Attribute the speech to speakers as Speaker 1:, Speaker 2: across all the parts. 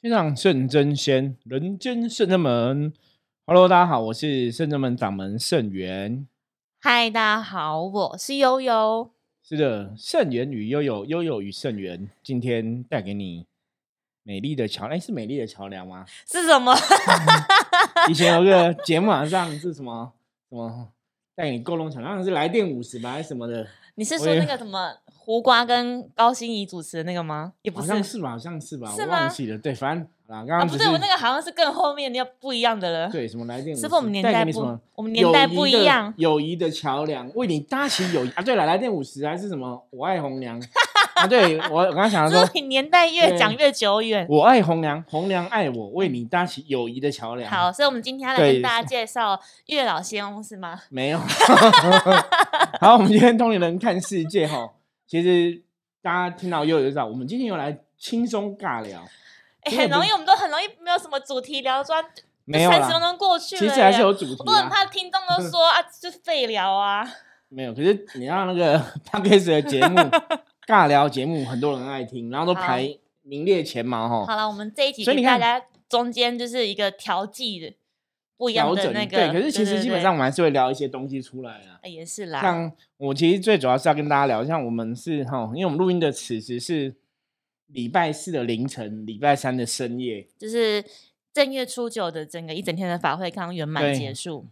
Speaker 1: 天上圣真仙，人间圣真门。Hello，大家好，我是圣真门掌门圣元。
Speaker 2: 嗨，大家好，我是悠悠。
Speaker 1: 是的，圣元与悠悠，悠悠与圣元，今天带给你美丽的桥，哎，是美丽的桥梁 吗？
Speaker 2: 是什么？
Speaker 1: 以前有个节目好像是什么什么带给你沟通桥梁，好像是来电五十吧，还是什么的，
Speaker 2: 你是
Speaker 1: 我
Speaker 2: 说
Speaker 1: 也
Speaker 2: 那个什么胡瓜跟高欣怡主持的那个吗？也不
Speaker 1: 好
Speaker 2: 是
Speaker 1: 像是吧，好像是吧，
Speaker 2: 是
Speaker 1: 我
Speaker 2: 吗
Speaker 1: 忘记了。对，反正好啦，刚
Speaker 2: 啊，
Speaker 1: 刚
Speaker 2: 不
Speaker 1: 只
Speaker 2: 对，我那个好像是更后面要不一样的了。，
Speaker 1: 对什么来电50，
Speaker 2: 是不是我们年
Speaker 1: 带给
Speaker 2: 代
Speaker 1: 你什么
Speaker 2: 不？，我们年代
Speaker 1: 友谊
Speaker 2: 不一
Speaker 1: 的
Speaker 2: 样。
Speaker 1: 友谊的桥梁，为你搭起友谊啊！对了，来电五十还是什么？我爱红 娘啊！对我，我刚想
Speaker 2: 这
Speaker 1: 说
Speaker 2: 是，你年代越
Speaker 1: 对
Speaker 2: 讲越久远。
Speaker 1: 我爱红娘，红娘爱我，为你搭起友谊的桥梁。
Speaker 2: 好，，所以我们今天要来
Speaker 1: 对
Speaker 2: 跟大家介绍月老仙翁是吗？
Speaker 1: 没有。 好，我们今天通灵人看世界哈，其实大家听到又有知道，我们今天又来轻松尬聊，
Speaker 2: 哎、
Speaker 1: 真的
Speaker 2: 很
Speaker 1: 不
Speaker 2: 容易，我们都很容易没有什么主题聊，抓
Speaker 1: 没有
Speaker 2: 三十分
Speaker 1: 啦。
Speaker 2: 钟过去了
Speaker 1: 其
Speaker 2: 耶。
Speaker 1: 实还是有主题
Speaker 2: 我都很
Speaker 1: 啦，
Speaker 2: 怕听众都 说啊，就废聊啊。
Speaker 1: 没有。可是你让那个 podcast 的节目尬聊节目，很多人爱听，然后都
Speaker 2: 好
Speaker 1: 排名列前茅哈。
Speaker 2: 好了，我们这一集
Speaker 1: 哦所以
Speaker 2: 给
Speaker 1: 你
Speaker 2: 大
Speaker 1: 看
Speaker 2: 家中间就是一个调剂的不一样
Speaker 1: 调
Speaker 2: 的
Speaker 1: 整
Speaker 2: 那个，
Speaker 1: 对，可是其实基本上我
Speaker 2: 对
Speaker 1: 们还是会聊一些东西出来啦。
Speaker 2: 对啊也是啦，
Speaker 1: 像我其实最主要是要跟大家聊，像我们是哈，因为我们录音的此时是礼拜四的凌晨，礼拜三的深夜，
Speaker 2: 就是正月初九的整个一整天的法会刚刚圆满
Speaker 1: 对
Speaker 2: 结束，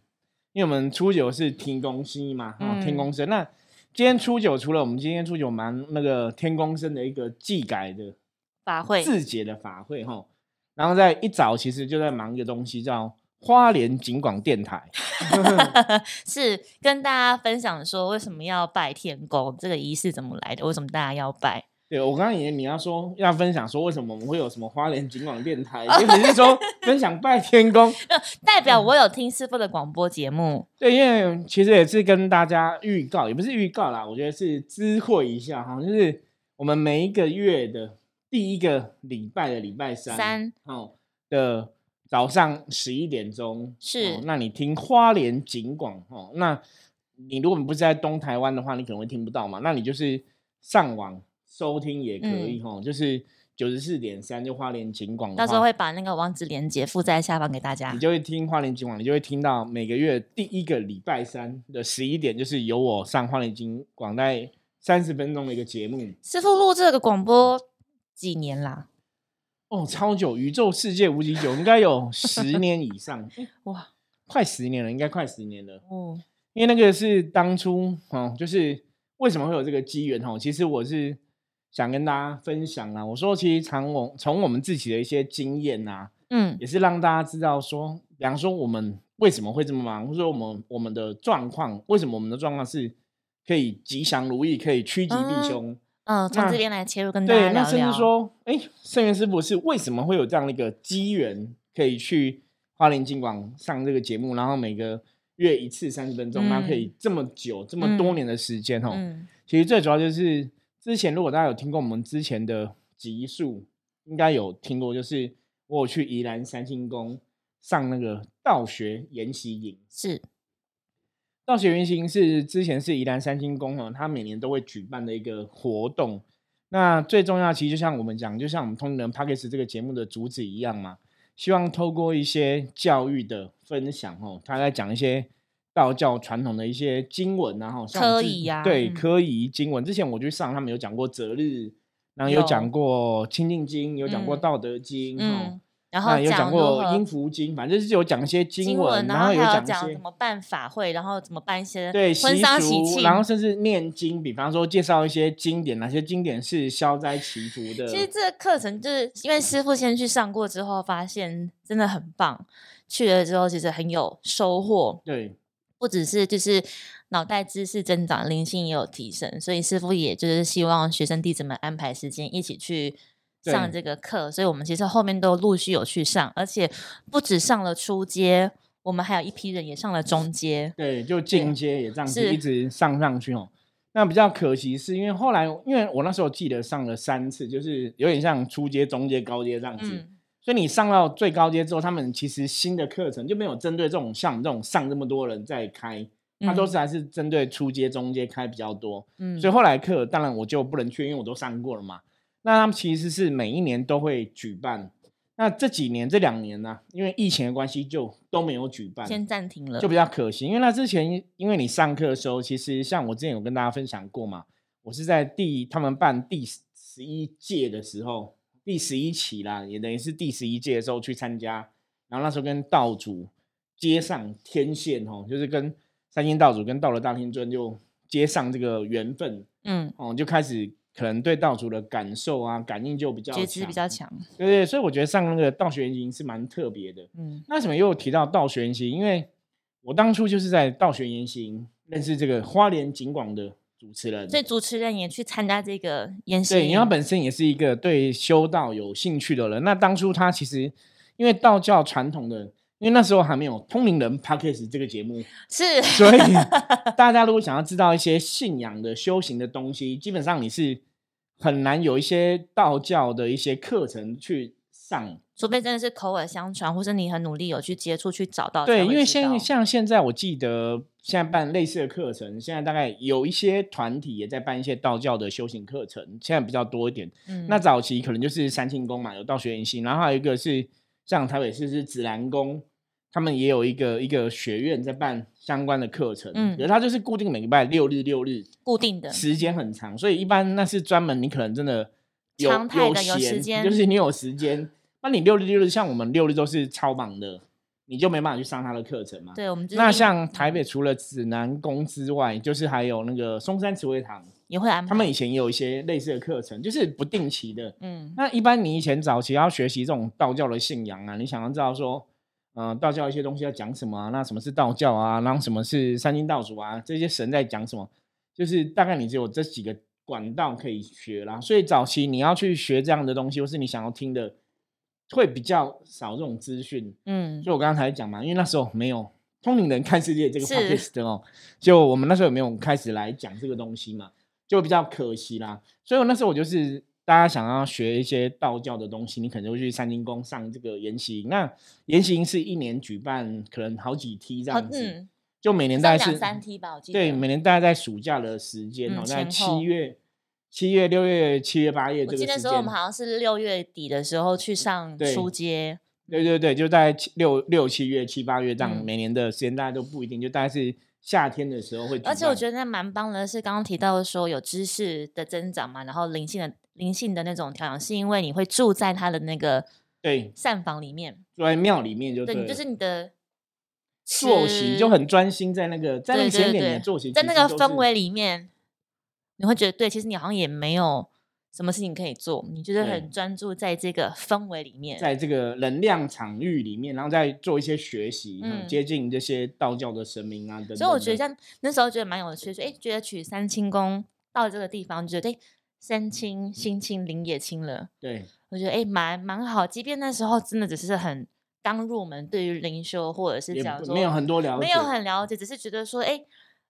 Speaker 1: 因为我们初九是天公星嘛，哈、
Speaker 2: 嗯
Speaker 1: 天公生。那今天初九除了我们今天初九蛮那个天公生的一个祭改的
Speaker 2: 法会
Speaker 1: 自节的法会哈，然后在一早其实就在忙一个东西叫花莲景广电台。
Speaker 2: 是跟大家分享说为什么要拜天公，这个仪式怎么来的，为什么大家要拜？
Speaker 1: 对，我刚刚以为你要说要分享说为什么我们会有什么花莲景广电台，结果你是说分享拜天公。
Speaker 2: 代表
Speaker 1: 嗯
Speaker 2: 我有听师傅的广播节目，
Speaker 1: 对，因为其实也是跟大家预告，也不是预告啦，我觉得是知会一下哈，就是我们每一个月的第一个礼拜的礼拜三，
Speaker 2: 三
Speaker 1: 哦的早上十一点钟
Speaker 2: 是
Speaker 1: 哦那你听花莲景广哦，那你如果你不是在东台湾的话，你可能会听不到嘛，那你就是上网收听也可以哦，就是九十四点三就花莲景广的话，
Speaker 2: 嗯到时候会把那个网址链接附在下方给大家
Speaker 1: 你。就会听花莲景广，你就会听到每个月第一个礼拜三的十一点，就是由我上花莲景广大三十分钟的一个节目
Speaker 2: 师傅录这个广播几年啦？
Speaker 1: 哦，超久，宇宙世界无极久，应该有十年以上， 诶
Speaker 2: 哇，
Speaker 1: 快十年了，应该快十年了。
Speaker 2: 哦，
Speaker 1: 因为那个是当初哦，就是为什么会有这个机缘哦？其实我是想跟大家分享啊，我说其实从我从我们自己的一些经验啊，
Speaker 2: 嗯，
Speaker 1: 也是让大家知道说，比方说我们为什么会这么忙，或者说我们我们的状况，为什么我们的状况是可以吉祥如意，可以趋吉避
Speaker 2: 嗯
Speaker 1: 凶。
Speaker 2: 嗯，从
Speaker 1: 那
Speaker 2: 这边来切入跟大家
Speaker 1: 对，那
Speaker 2: 聊聊。
Speaker 1: 甚至说，哎，圣元师傅是为什么会有这样的一个机缘，可以去花莲金广上这个节目，然后每个月一次三十分钟，然后可以这么久、这么多
Speaker 2: 嗯
Speaker 1: 年的时间哦。
Speaker 2: 嗯，
Speaker 1: 其实最主要就是之前，如果大家有听过我们之前的集数，应该有听过，就是我有去宜兰三清宫上那个道学研习营。
Speaker 2: 是，
Speaker 1: 道学研习营是之前是宜兰三清宫哦，它每年都会举办的一个活动。那最重要，其实就像我们讲，就像我们通灵人 p a c k a g e 这个节目的主旨一样嘛，希望透过一些教育的分享哦，他在讲一些道教传统的一些经文啊，然后
Speaker 2: 科仪啊
Speaker 1: 对
Speaker 2: 嗯
Speaker 1: 科仪经文，之前我去上他们有讲过择日，然后有
Speaker 2: 有
Speaker 1: 讲过清净经，有讲过
Speaker 2: 嗯
Speaker 1: 道德经，哦
Speaker 2: 嗯，
Speaker 1: 那
Speaker 2: 然后
Speaker 1: 有讲
Speaker 2: 如
Speaker 1: 过
Speaker 2: 何
Speaker 1: 音符经，反正就是有讲一些经
Speaker 2: 经
Speaker 1: 文，
Speaker 2: 然后
Speaker 1: 有
Speaker 2: 还有
Speaker 1: 一
Speaker 2: 讲
Speaker 1: 些
Speaker 2: 怎么办法会，然后怎么办一些
Speaker 1: 对
Speaker 2: 婚
Speaker 1: 习
Speaker 2: 丧喜
Speaker 1: 俗，
Speaker 2: 庆，
Speaker 1: 然后甚至念经，比方说介绍一些经典，哪些经典是消灾祈福的。
Speaker 2: 其实这个课程就是因为师傅先去上过之后，发现真的很棒，去了之后其实很有收获，
Speaker 1: 对
Speaker 2: 不只是就是脑袋知识增长，灵性也有提升，所以师傅也就是希望学生弟子们安排时间一起去。上
Speaker 1: 对
Speaker 2: 这个课，所以我们其实后面都陆续有去上，而且不止上了初阶，我们还有一批人也上了中阶。
Speaker 1: 对，就进阶也这样子
Speaker 2: 是
Speaker 1: 一直上上去哦。那比较可惜是因为后来，因为我那时候记得上了三次，就是有点像初阶、中阶、高阶这样子。
Speaker 2: 嗯，
Speaker 1: 所以你上到最高阶之后，他们其实新的课程就没有针对这种像我们这种上这么多人在开，它都
Speaker 2: 嗯
Speaker 1: 是还是针对初阶、中阶开比较多。
Speaker 2: 嗯
Speaker 1: 所以后来课当然我就不能去，因为我都上过了嘛。那他们其实是每一年都会举办，那这几年这两年呢、因为疫情的关系，就都没有举办，
Speaker 2: 先暂停了，
Speaker 1: 就比较可惜。因为那之前，因为你上课的时候，其实像我之前有跟大家分享过嘛，我是在第他们办第十一届的时候，第十一期啦，也等于是第十一届的时候去参加，然后那时候跟道主接上天线哦，就是跟三星道主跟道了大天尊就接上这个缘分
Speaker 2: 嗯，
Speaker 1: 哦，就开始可能对道主的感受啊感应就比较
Speaker 2: 觉知比较强，
Speaker 1: 对对，所以我觉得上那个道学原型是蛮特别的。
Speaker 2: 嗯
Speaker 1: 那为什么又提到道学研习？因为我当初就是在道学研习营认识这个花莲景广的主持人。
Speaker 2: 所以主持人也去参加这个演习，
Speaker 1: 对，因为他本身也是一个对修道有兴趣的人。那当初他其实因为道教传统的，因为那时候还没有《通灵人 p a c k a g e 这个节目，
Speaker 2: 是
Speaker 1: 所以大家如果想要知道一些信仰的修行的东西，基本上你是很难有一些道教的一些课程去上。
Speaker 2: 除非真的是口耳相传，或是你很努力有去接触去找哦到才会知
Speaker 1: 对，
Speaker 2: 道。
Speaker 1: 因为现像现在，我记得现在办类似的课程，现在大概有一些团体也在办一些道教的修行课程，现在比较多一点。
Speaker 2: 嗯
Speaker 1: 那早期可能就是三清宫嘛，有道学研习，然后还有一个是像台北市是紫兰宫，他们也有一个一个学院在办相关的课程，
Speaker 2: 嗯
Speaker 1: 可是它就是固定每个礼拜六日六日，
Speaker 2: 固定的
Speaker 1: 时间很长，所以一般那是专门你可能真的有
Speaker 2: 常态的有
Speaker 1: 闲，
Speaker 2: 时间
Speaker 1: 就是你有时间。那你六日六日像我们六日都是超忙的，你就没办法去上他的课程嘛。
Speaker 2: 对，我们就是
Speaker 1: 那
Speaker 2: 另
Speaker 1: 像台北除了指南宫之外，就是还有那个松山慈惠堂，
Speaker 2: 也会安排
Speaker 1: 他们以前也有一些类似的课程，就是不定期的。
Speaker 2: 嗯
Speaker 1: 那一般你以前早期要学习这种道教的信仰啊，你想要知道说，呃，道教一些东西要讲什么啊？那什么是道教啊？然后什么是三清道祖啊？这些神在讲什么？就是大概你只有这几个管道可以学啦。所以早期你要去学这样的东西，或是你想要听的，会比较少这种资讯。
Speaker 2: 嗯
Speaker 1: 就我刚才讲嘛，因为那时候没有通灵人看世界这个
Speaker 2: 是
Speaker 1: podcast 哦，就我们那时候也没有开始来讲这个东西嘛，就比较可惜啦。所以我那时候我就是大家想要学一些道教的东西，你可能就会去三清宫上这个研习营。那研习营是一年举办，可能好几梯这
Speaker 2: 好
Speaker 1: 样子，
Speaker 2: 嗯，
Speaker 1: 就每年大
Speaker 2: 上
Speaker 1: 概是
Speaker 2: 两三梯吧，我记得
Speaker 1: 对，每年大概在暑假的时间哦，
Speaker 2: 嗯
Speaker 1: 在
Speaker 2: 前
Speaker 1: 七
Speaker 2: 后
Speaker 1: 月、七月、六月、七月、八月
Speaker 2: 我
Speaker 1: 这个
Speaker 2: 记
Speaker 1: 时
Speaker 2: 得
Speaker 1: 间。
Speaker 2: 那时候我们好像是六月底的时候去上
Speaker 1: 对
Speaker 2: 书街，
Speaker 1: 对对对，就大概七六六七月、七八月这样，
Speaker 2: 嗯
Speaker 1: 每年的时间大家都不一定，就大概是夏天的时候会举办。
Speaker 2: 而且我觉得那蛮棒的是，刚刚提到说有知识的增长嘛，然后灵性的灵性的那种调养，是因为你会住在他的那个
Speaker 1: 对，
Speaker 2: 膳房里面，
Speaker 1: 住在庙里面就
Speaker 2: 对，
Speaker 1: 了
Speaker 2: 你就是你的
Speaker 1: 作息就
Speaker 2: 吃
Speaker 1: 很专心在那个在那
Speaker 2: 对
Speaker 1: 个时间
Speaker 2: 对
Speaker 1: 点你的
Speaker 2: 对，
Speaker 1: 作息，
Speaker 2: 在那个氛围里面，你会觉得对，其实你好像也没有什么事情可以做，你就是
Speaker 1: 对
Speaker 2: 很专注在这个氛围里面。
Speaker 1: 在这个能量场域里面，然后再做一些学习，嗯、
Speaker 2: 嗯
Speaker 1: 接近这些道教的神明啊等等的。
Speaker 2: 所以我觉得像那时候觉得蛮有趣，说哎，诶觉得取三清宫到这个地方，觉得哎，诶三清、心清、灵也清了，
Speaker 1: 对
Speaker 2: 我觉得哎，诶蛮蛮好。即便那时候真的只是很刚入门，对于灵修或者是
Speaker 1: 也
Speaker 2: 讲
Speaker 1: 不
Speaker 2: 说
Speaker 1: 没有很多了解，
Speaker 2: 没有很了解，只是觉得说哎。诶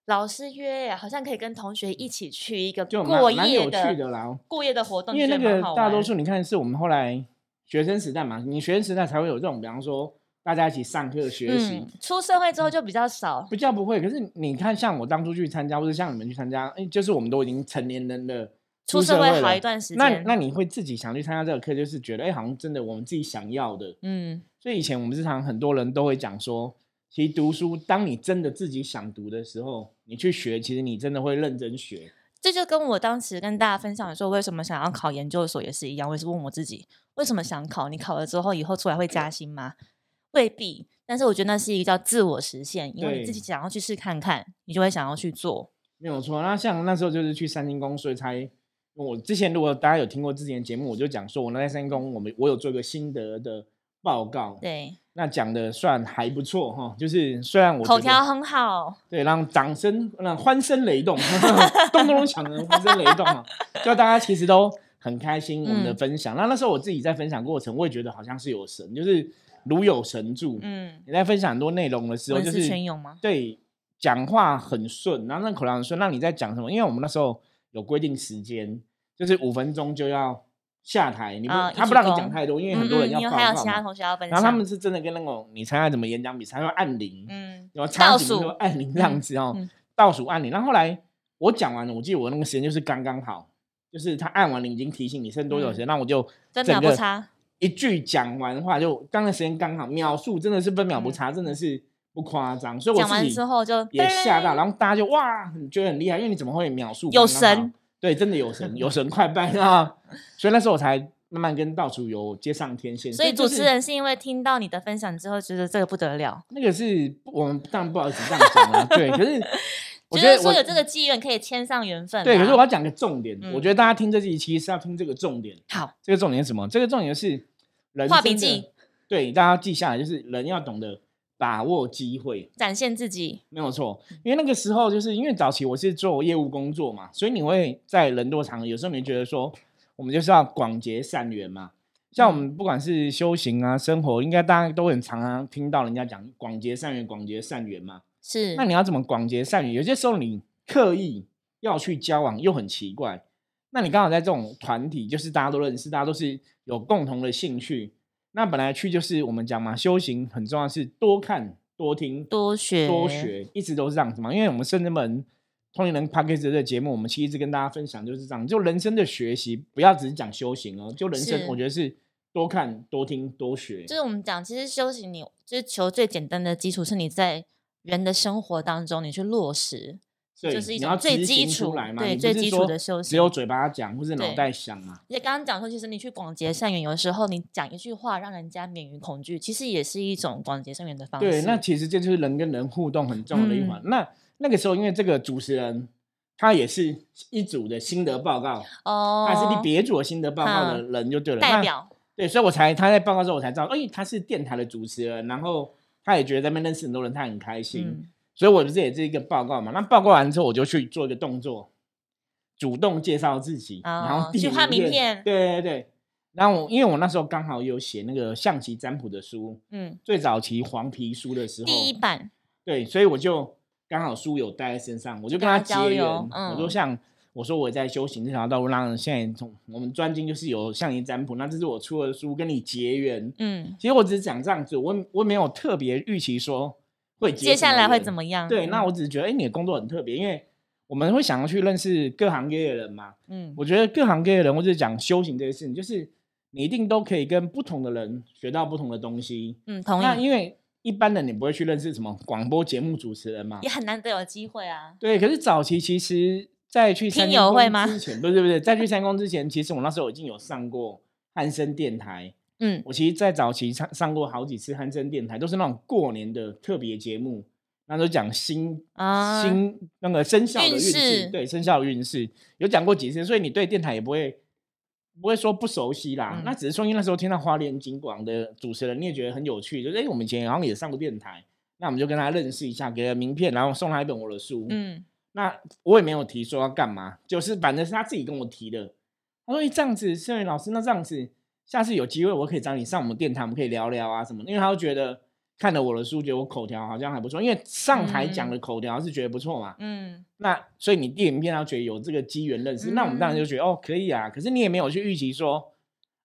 Speaker 2: 老师约好像可以跟同学一起去一个
Speaker 1: 就
Speaker 2: 过
Speaker 1: 蛮蛮
Speaker 2: 夜
Speaker 1: 有
Speaker 2: 的
Speaker 1: 趣的啦。
Speaker 2: 过夜的活动，
Speaker 1: 因为那
Speaker 2: 觉得
Speaker 1: 个
Speaker 2: 蛮好
Speaker 1: 大多
Speaker 2: 玩
Speaker 1: 数你看是我们后来学生时代嘛，你学生时代才会有这种，比方说大家一起上课学习。
Speaker 2: 嗯，出社会之后就比较少，
Speaker 1: 不叫不会，可是你看，像我当初去参加，或者像你们去参加，哎，就是我们都已经成年人了，
Speaker 2: 出
Speaker 1: 社
Speaker 2: 社
Speaker 1: 会
Speaker 2: 会
Speaker 1: 了
Speaker 2: 好一段时
Speaker 1: 那
Speaker 2: 间。
Speaker 1: 那你会自己想去参加这个课，就是觉得，哎，好像真的我们自己想要的。
Speaker 2: 嗯，
Speaker 1: 所以以前我们日常很多人都会讲说，其实读书，当你真的自己想读的时候，你去学，其实你真的会认真学。
Speaker 2: 这就跟我当时跟大家分享说，为什么想要考研究所也是一样，我也是问我自己，为什么想考？你考了之后，以后出来会加薪吗？未必。但是我觉得那是一个叫自我实现，因为你自
Speaker 1: 对
Speaker 2: 己想要去试看看，你就会想要去做。
Speaker 1: 没有错。那像那时候就是去三星宫，所以才我之前如果大家有听过之前的节目，我就讲说我那在三星宫，我们我有做一个心得的报告，
Speaker 2: 对，
Speaker 1: 那讲的算还不错哈。就是虽然我觉
Speaker 2: 口
Speaker 1: 得
Speaker 2: 条很好，
Speaker 1: 对让掌声让欢声雷动， 咚咚咚响的欢声雷动啊，就大家其实都很开心我们的
Speaker 2: 嗯
Speaker 1: 分享。那那时候我自己在分享过程，我也觉得好像是有神，就是如有神助。
Speaker 2: 嗯，
Speaker 1: 你在分享很多内容的时候，
Speaker 2: 文
Speaker 1: 就
Speaker 2: 思
Speaker 1: 是
Speaker 2: 泉涌吗？
Speaker 1: 对，讲话很顺，然后那口条很顺。那你在讲什么？因为我们那时候有规定时间，就是五分钟就要下台，你不、
Speaker 2: 啊一
Speaker 1: 他不
Speaker 2: 鞠
Speaker 1: 让你讲
Speaker 2: 躬
Speaker 1: 太多，因为
Speaker 2: 嗯
Speaker 1: 很多人
Speaker 2: 嗯
Speaker 1: 要
Speaker 2: 因
Speaker 1: 报
Speaker 2: 为
Speaker 1: 告
Speaker 2: 还有其他
Speaker 1: 嘛
Speaker 2: 同学要分享，
Speaker 1: 然后他们是真的跟那种你参加什么演讲比赛，他会按铃，
Speaker 2: 嗯，
Speaker 1: 然后插
Speaker 2: 倒
Speaker 1: 几分钟
Speaker 2: 数
Speaker 1: 按铃这样子哦，
Speaker 2: 嗯
Speaker 1: 倒数按铃。然后后来我讲完了，我记得我那
Speaker 2: 嗯
Speaker 1: 个时间就是刚刚好，就是他按完铃已经提醒你剩多久时间，那我就
Speaker 2: 分
Speaker 1: 整
Speaker 2: 啊秒不
Speaker 1: 个
Speaker 2: 差，
Speaker 1: 一句讲完话，就刚才时间刚好，秒数真的是分秒不差，真的是不夸张。所以我
Speaker 2: 嗯讲
Speaker 1: 自
Speaker 2: 完
Speaker 1: 己
Speaker 2: 之后就
Speaker 1: 也吓到，然后大家就哇，你觉得很厉害，因为你怎么会秒数刚
Speaker 2: 有
Speaker 1: 刚好
Speaker 2: 神？
Speaker 1: 对，真的有 神，有神快拜啊！所以那时候我才慢慢跟道主有接上天线。
Speaker 2: 所以
Speaker 1: 就
Speaker 2: 主
Speaker 1: 是
Speaker 2: 持人是因为听到你的分享之后，觉得这个不得了，
Speaker 1: 那个是我们当然不好意思这样讲啦，对，可 是我
Speaker 2: 就
Speaker 1: 觉得
Speaker 2: 是
Speaker 1: 我
Speaker 2: 说有这个机缘可以牵上缘分啊。
Speaker 1: 对，可是我要讲个重点，
Speaker 2: 嗯
Speaker 1: 我觉得大家听这集其实是要听这个重点。
Speaker 2: 好
Speaker 1: 这个重点是什么？这个重点是人
Speaker 2: 画笔
Speaker 1: 真的
Speaker 2: 记，
Speaker 1: 对，大家记下来，就是人要懂得把握机会，
Speaker 2: 展现自己，
Speaker 1: 没有错。
Speaker 2: 嗯
Speaker 1: 因为那个时候，就是因为早期我是做业务工作嘛，所以你会在人多场合，有时候你会觉得说，我们就是要广结善缘嘛。像我
Speaker 2: 嗯
Speaker 1: 们不管是修行啊、生活，应该大家都很常常听到人家讲广结善缘、广结善缘嘛。
Speaker 2: 是
Speaker 1: 那你要怎么广结善缘？有些时候你刻意要去交往又很奇怪。那你刚好在这种团体，就是大家都认识，大家都是有共同的兴趣。那本来去就是我们讲嘛，修行很重要是多看、多听、
Speaker 2: 多学
Speaker 1: 多，学，一直都是这样子嘛。因为我们圣人们通灵人 p a c k a g e 的节目，我们其实一直跟大家分享就是这样，就人生的学习，不要只是讲修行哦，就人生
Speaker 2: 是
Speaker 1: 我觉得是多看、多听、多学
Speaker 2: 就。是我们讲，其实修行你就是求最简单的基础，是你在人的生活当中你去落实，
Speaker 1: 对，
Speaker 2: 就是一
Speaker 1: 你要
Speaker 2: 种最
Speaker 1: 执
Speaker 2: 基
Speaker 1: 行
Speaker 2: 础
Speaker 1: 出来，嘛，
Speaker 2: 对
Speaker 1: 你不
Speaker 2: 最
Speaker 1: 是
Speaker 2: 基础
Speaker 1: 说
Speaker 2: 的修行。
Speaker 1: 只有嘴巴讲或是脑
Speaker 2: 对
Speaker 1: 袋想嘛。
Speaker 2: 而且刚刚讲说，其实你去广结善缘，有的时候你讲一句话，让人家免于恐惧，其实也是一种广结善缘的方式。嗯
Speaker 1: 对，那其实这就是人跟人互动很重要的一环。那那个时候，因为这个主持人他也是一组的心得报告，
Speaker 2: 哦，
Speaker 1: 他是别组的心得报告的
Speaker 2: 嗯
Speaker 1: 人就对了。
Speaker 2: 代
Speaker 1: 那
Speaker 2: 表
Speaker 1: 对，所以我才他在报告之后我才知道，哎、他是电台的主持人，然后他也觉得在那边认识很多人，他很开心。
Speaker 2: 嗯
Speaker 1: 所以我这也是一个报告嘛。那报告完之后，我就去做一个动作，主动介绍自己，然
Speaker 2: 哦
Speaker 1: 后递
Speaker 2: 去换名片
Speaker 1: 对对对。然后我因为我那时候刚好有写那个象棋占卜的书，
Speaker 2: 嗯，
Speaker 1: 最早期黄皮书的时候，
Speaker 2: 第一版
Speaker 1: 对，所以我就刚好书有带在身上，我就跟他
Speaker 2: 跟他交
Speaker 1: 结缘
Speaker 2: 流。嗯
Speaker 1: 我就像我说我在修行这条道路，让现在从我们专精就是有象棋占卜，那这是我出的书，跟你结缘。
Speaker 2: 嗯，
Speaker 1: 其实我只是讲这样子，我我没有特别预期说会结
Speaker 2: 接下来会
Speaker 1: 么缘
Speaker 2: 怎。么样？
Speaker 1: 对，那
Speaker 2: 嗯
Speaker 1: 我只是觉得，哎、你的工作很特别，因为我们会想要去认识各行各业的人嘛。
Speaker 2: 嗯
Speaker 1: 我觉得各行各业的人，或者讲修行这些事情，就是你一定都可以跟不同的人学到不同的东西。
Speaker 2: 嗯同
Speaker 1: 那
Speaker 2: 意，
Speaker 1: 因为一般人你不会去认识什么广播节目主持人嘛
Speaker 2: 也，很难得有机会啊。
Speaker 1: 对。可是早期其实，在去三
Speaker 2: 听
Speaker 1: 星
Speaker 2: 友会
Speaker 1: 宫
Speaker 2: 吗
Speaker 1: 之前，不是不是，在去三公之前，其实我那时候已经有上过汉声电台。
Speaker 2: 嗯，
Speaker 1: 我其实，在早期上上过好几次汉声电台，都是那种过年的特别节目，那都讲新
Speaker 2: 啊
Speaker 1: 新那个生肖的
Speaker 2: 运
Speaker 1: 运势，
Speaker 2: 势
Speaker 1: 对生肖的运势有讲过几次，所以你对电台也不会不会说不熟悉啦。
Speaker 2: 嗯
Speaker 1: 那只是说，因为那时候听到花莲金广的主持人，你也觉得很有趣，就是哎、诶我们以前好像也上过电台，那我们就跟他认识一下，给了名片，然后送他一本我的书。
Speaker 2: 嗯，
Speaker 1: 那我也没有提说要干嘛，就是反正是他自己跟我提的。他说：“诶这样子，盛宇老师，那这样子，下次有机会我可以找你上我们电台，我们可以聊聊啊什么的。”因为他就觉得看了我的书，觉得我口条好像还不错，因为上台讲的口条是觉得不错嘛。
Speaker 2: 嗯，
Speaker 1: 那所以你电影片他觉得有这个机缘认识，那我们当然就觉得哦可以啊。可是你也没有去预期说，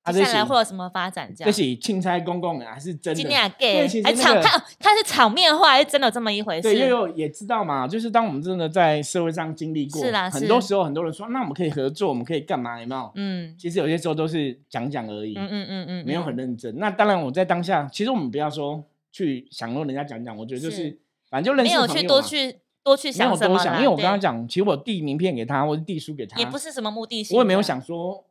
Speaker 1: 啊
Speaker 2: 嗯接
Speaker 1: 这
Speaker 2: 下来
Speaker 1: 是
Speaker 2: 会有什么发展？
Speaker 1: 这
Speaker 2: 这样。
Speaker 1: 是钦差公公啊，还是真的？
Speaker 2: 今天啊
Speaker 1: 对
Speaker 2: gay，
Speaker 1: 其实
Speaker 2: 哎，
Speaker 1: 那
Speaker 2: 场
Speaker 1: 个
Speaker 2: 他他是场面话，还是真的有这么一回事？
Speaker 1: 对，又有也知道嘛，就是当我们真的在社会上经历过，
Speaker 2: 是啦
Speaker 1: 很
Speaker 2: 是
Speaker 1: 多时候很多人说，那我们可以合作，我们可以干嘛？有没有？
Speaker 2: 嗯
Speaker 1: 其实有些时候都是讲讲而已，
Speaker 2: 嗯嗯嗯嗯，
Speaker 1: 没有
Speaker 2: 嗯
Speaker 1: 很认真。那当然，我在当下，其实我们不要说去享受人家讲讲，我觉得就是
Speaker 2: 是
Speaker 1: 反正就认
Speaker 2: 没
Speaker 1: 识
Speaker 2: 有
Speaker 1: 朋
Speaker 2: 去
Speaker 1: 友
Speaker 2: 多
Speaker 1: 嘛
Speaker 2: 去多去
Speaker 1: 没
Speaker 2: 想
Speaker 1: 有
Speaker 2: 什
Speaker 1: 多
Speaker 2: 么
Speaker 1: 想，
Speaker 2: 啦
Speaker 1: 因为我刚刚
Speaker 2: 对
Speaker 1: 讲，其实我递名片给他，或者递书给他，
Speaker 2: 也不是什么目的性，
Speaker 1: 我也没有，想说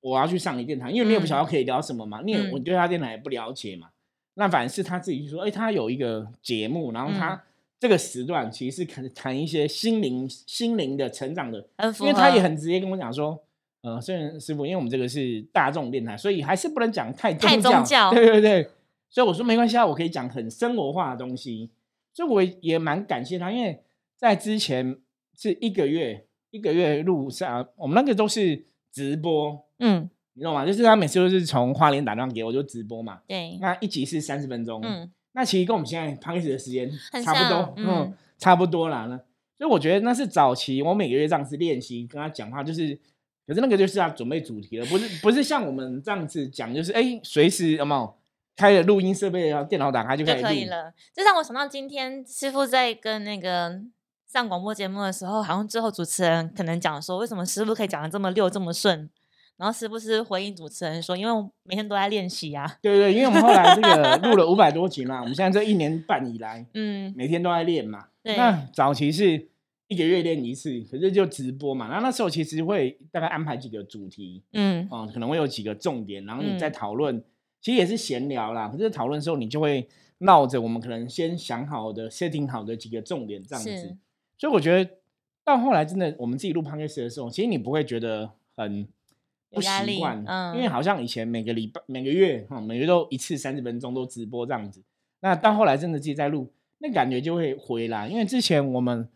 Speaker 1: 我要去上你电台，因为你也不晓得可以聊什么嘛，你也
Speaker 2: 嗯
Speaker 1: 我对他电台也不了解嘛。那反正是他自己去说，哎、他有一个节目，然后他、
Speaker 2: 嗯
Speaker 1: 这个时段其实是可能谈一些心灵、心灵的成长的，
Speaker 2: 很
Speaker 1: 因
Speaker 2: 符
Speaker 1: 为他
Speaker 2: 合
Speaker 1: 也很直接跟我讲说。呃，虽然师傅，因为我们这个是大众电台，所以还是不能讲太宗
Speaker 2: 太宗教
Speaker 1: 对对对。所以我说没关系啊，我可以讲很生活化的东西。所以我也蛮感谢他，因为在之前是一个月一个月录上，我们那个都是直播，
Speaker 2: 嗯
Speaker 1: 你懂吗？就是他每次都是从花莲打电话给我，就直播嘛。
Speaker 2: 对，
Speaker 1: 那一集是三十分钟，
Speaker 2: 嗯
Speaker 1: 那其实跟我们现在刚开始的时间
Speaker 2: 很
Speaker 1: 差不多
Speaker 2: 像，
Speaker 1: 嗯，
Speaker 2: 嗯
Speaker 1: 差不多啦。那所以我觉得那是早期我每个月这样子练习跟他讲话，就是，可是那个就是要准备主题了，不是不是像我们这样子讲，就是哎随时有没有开了录音设备，然后电脑打开就
Speaker 2: 就
Speaker 1: 开始录
Speaker 2: 可以了。这让我想到今天师傅在跟那个。上广播节目的时候，好像最后主持人可能讲说，为什么师傅可以讲的这么溜、这么顺，然后时不时回应主持人说，因为我每天都在练习啊，
Speaker 1: 对对，因为我们后来这 个录了五百多集嘛，我们现在这一年半以来，
Speaker 2: 嗯，
Speaker 1: 每天都在练嘛。
Speaker 2: 对
Speaker 1: 那早期是一个月练一次，可是就直播嘛。然后那时候其实会大概安排几个主题，
Speaker 2: 嗯，
Speaker 1: 哦、可能会有几个重点，然后你
Speaker 2: 嗯
Speaker 1: 再讨论，其实也是闲聊啦。可是讨论的时候，你就会绕着我们可能先想好的、setting 好的几个重点这样
Speaker 2: 是
Speaker 1: 子。所以我觉得到后来真的，我们自己录 podcast 的时候，其实你不会觉得很
Speaker 2: 有
Speaker 1: 不
Speaker 2: 压力
Speaker 1: 习惯，
Speaker 2: 嗯
Speaker 1: 因为好像以前每个礼拜、每个月哈、哦每个月都一次三十分钟都直播这样子。那到后来真的自己在录，那感觉就会回来。因为之前我们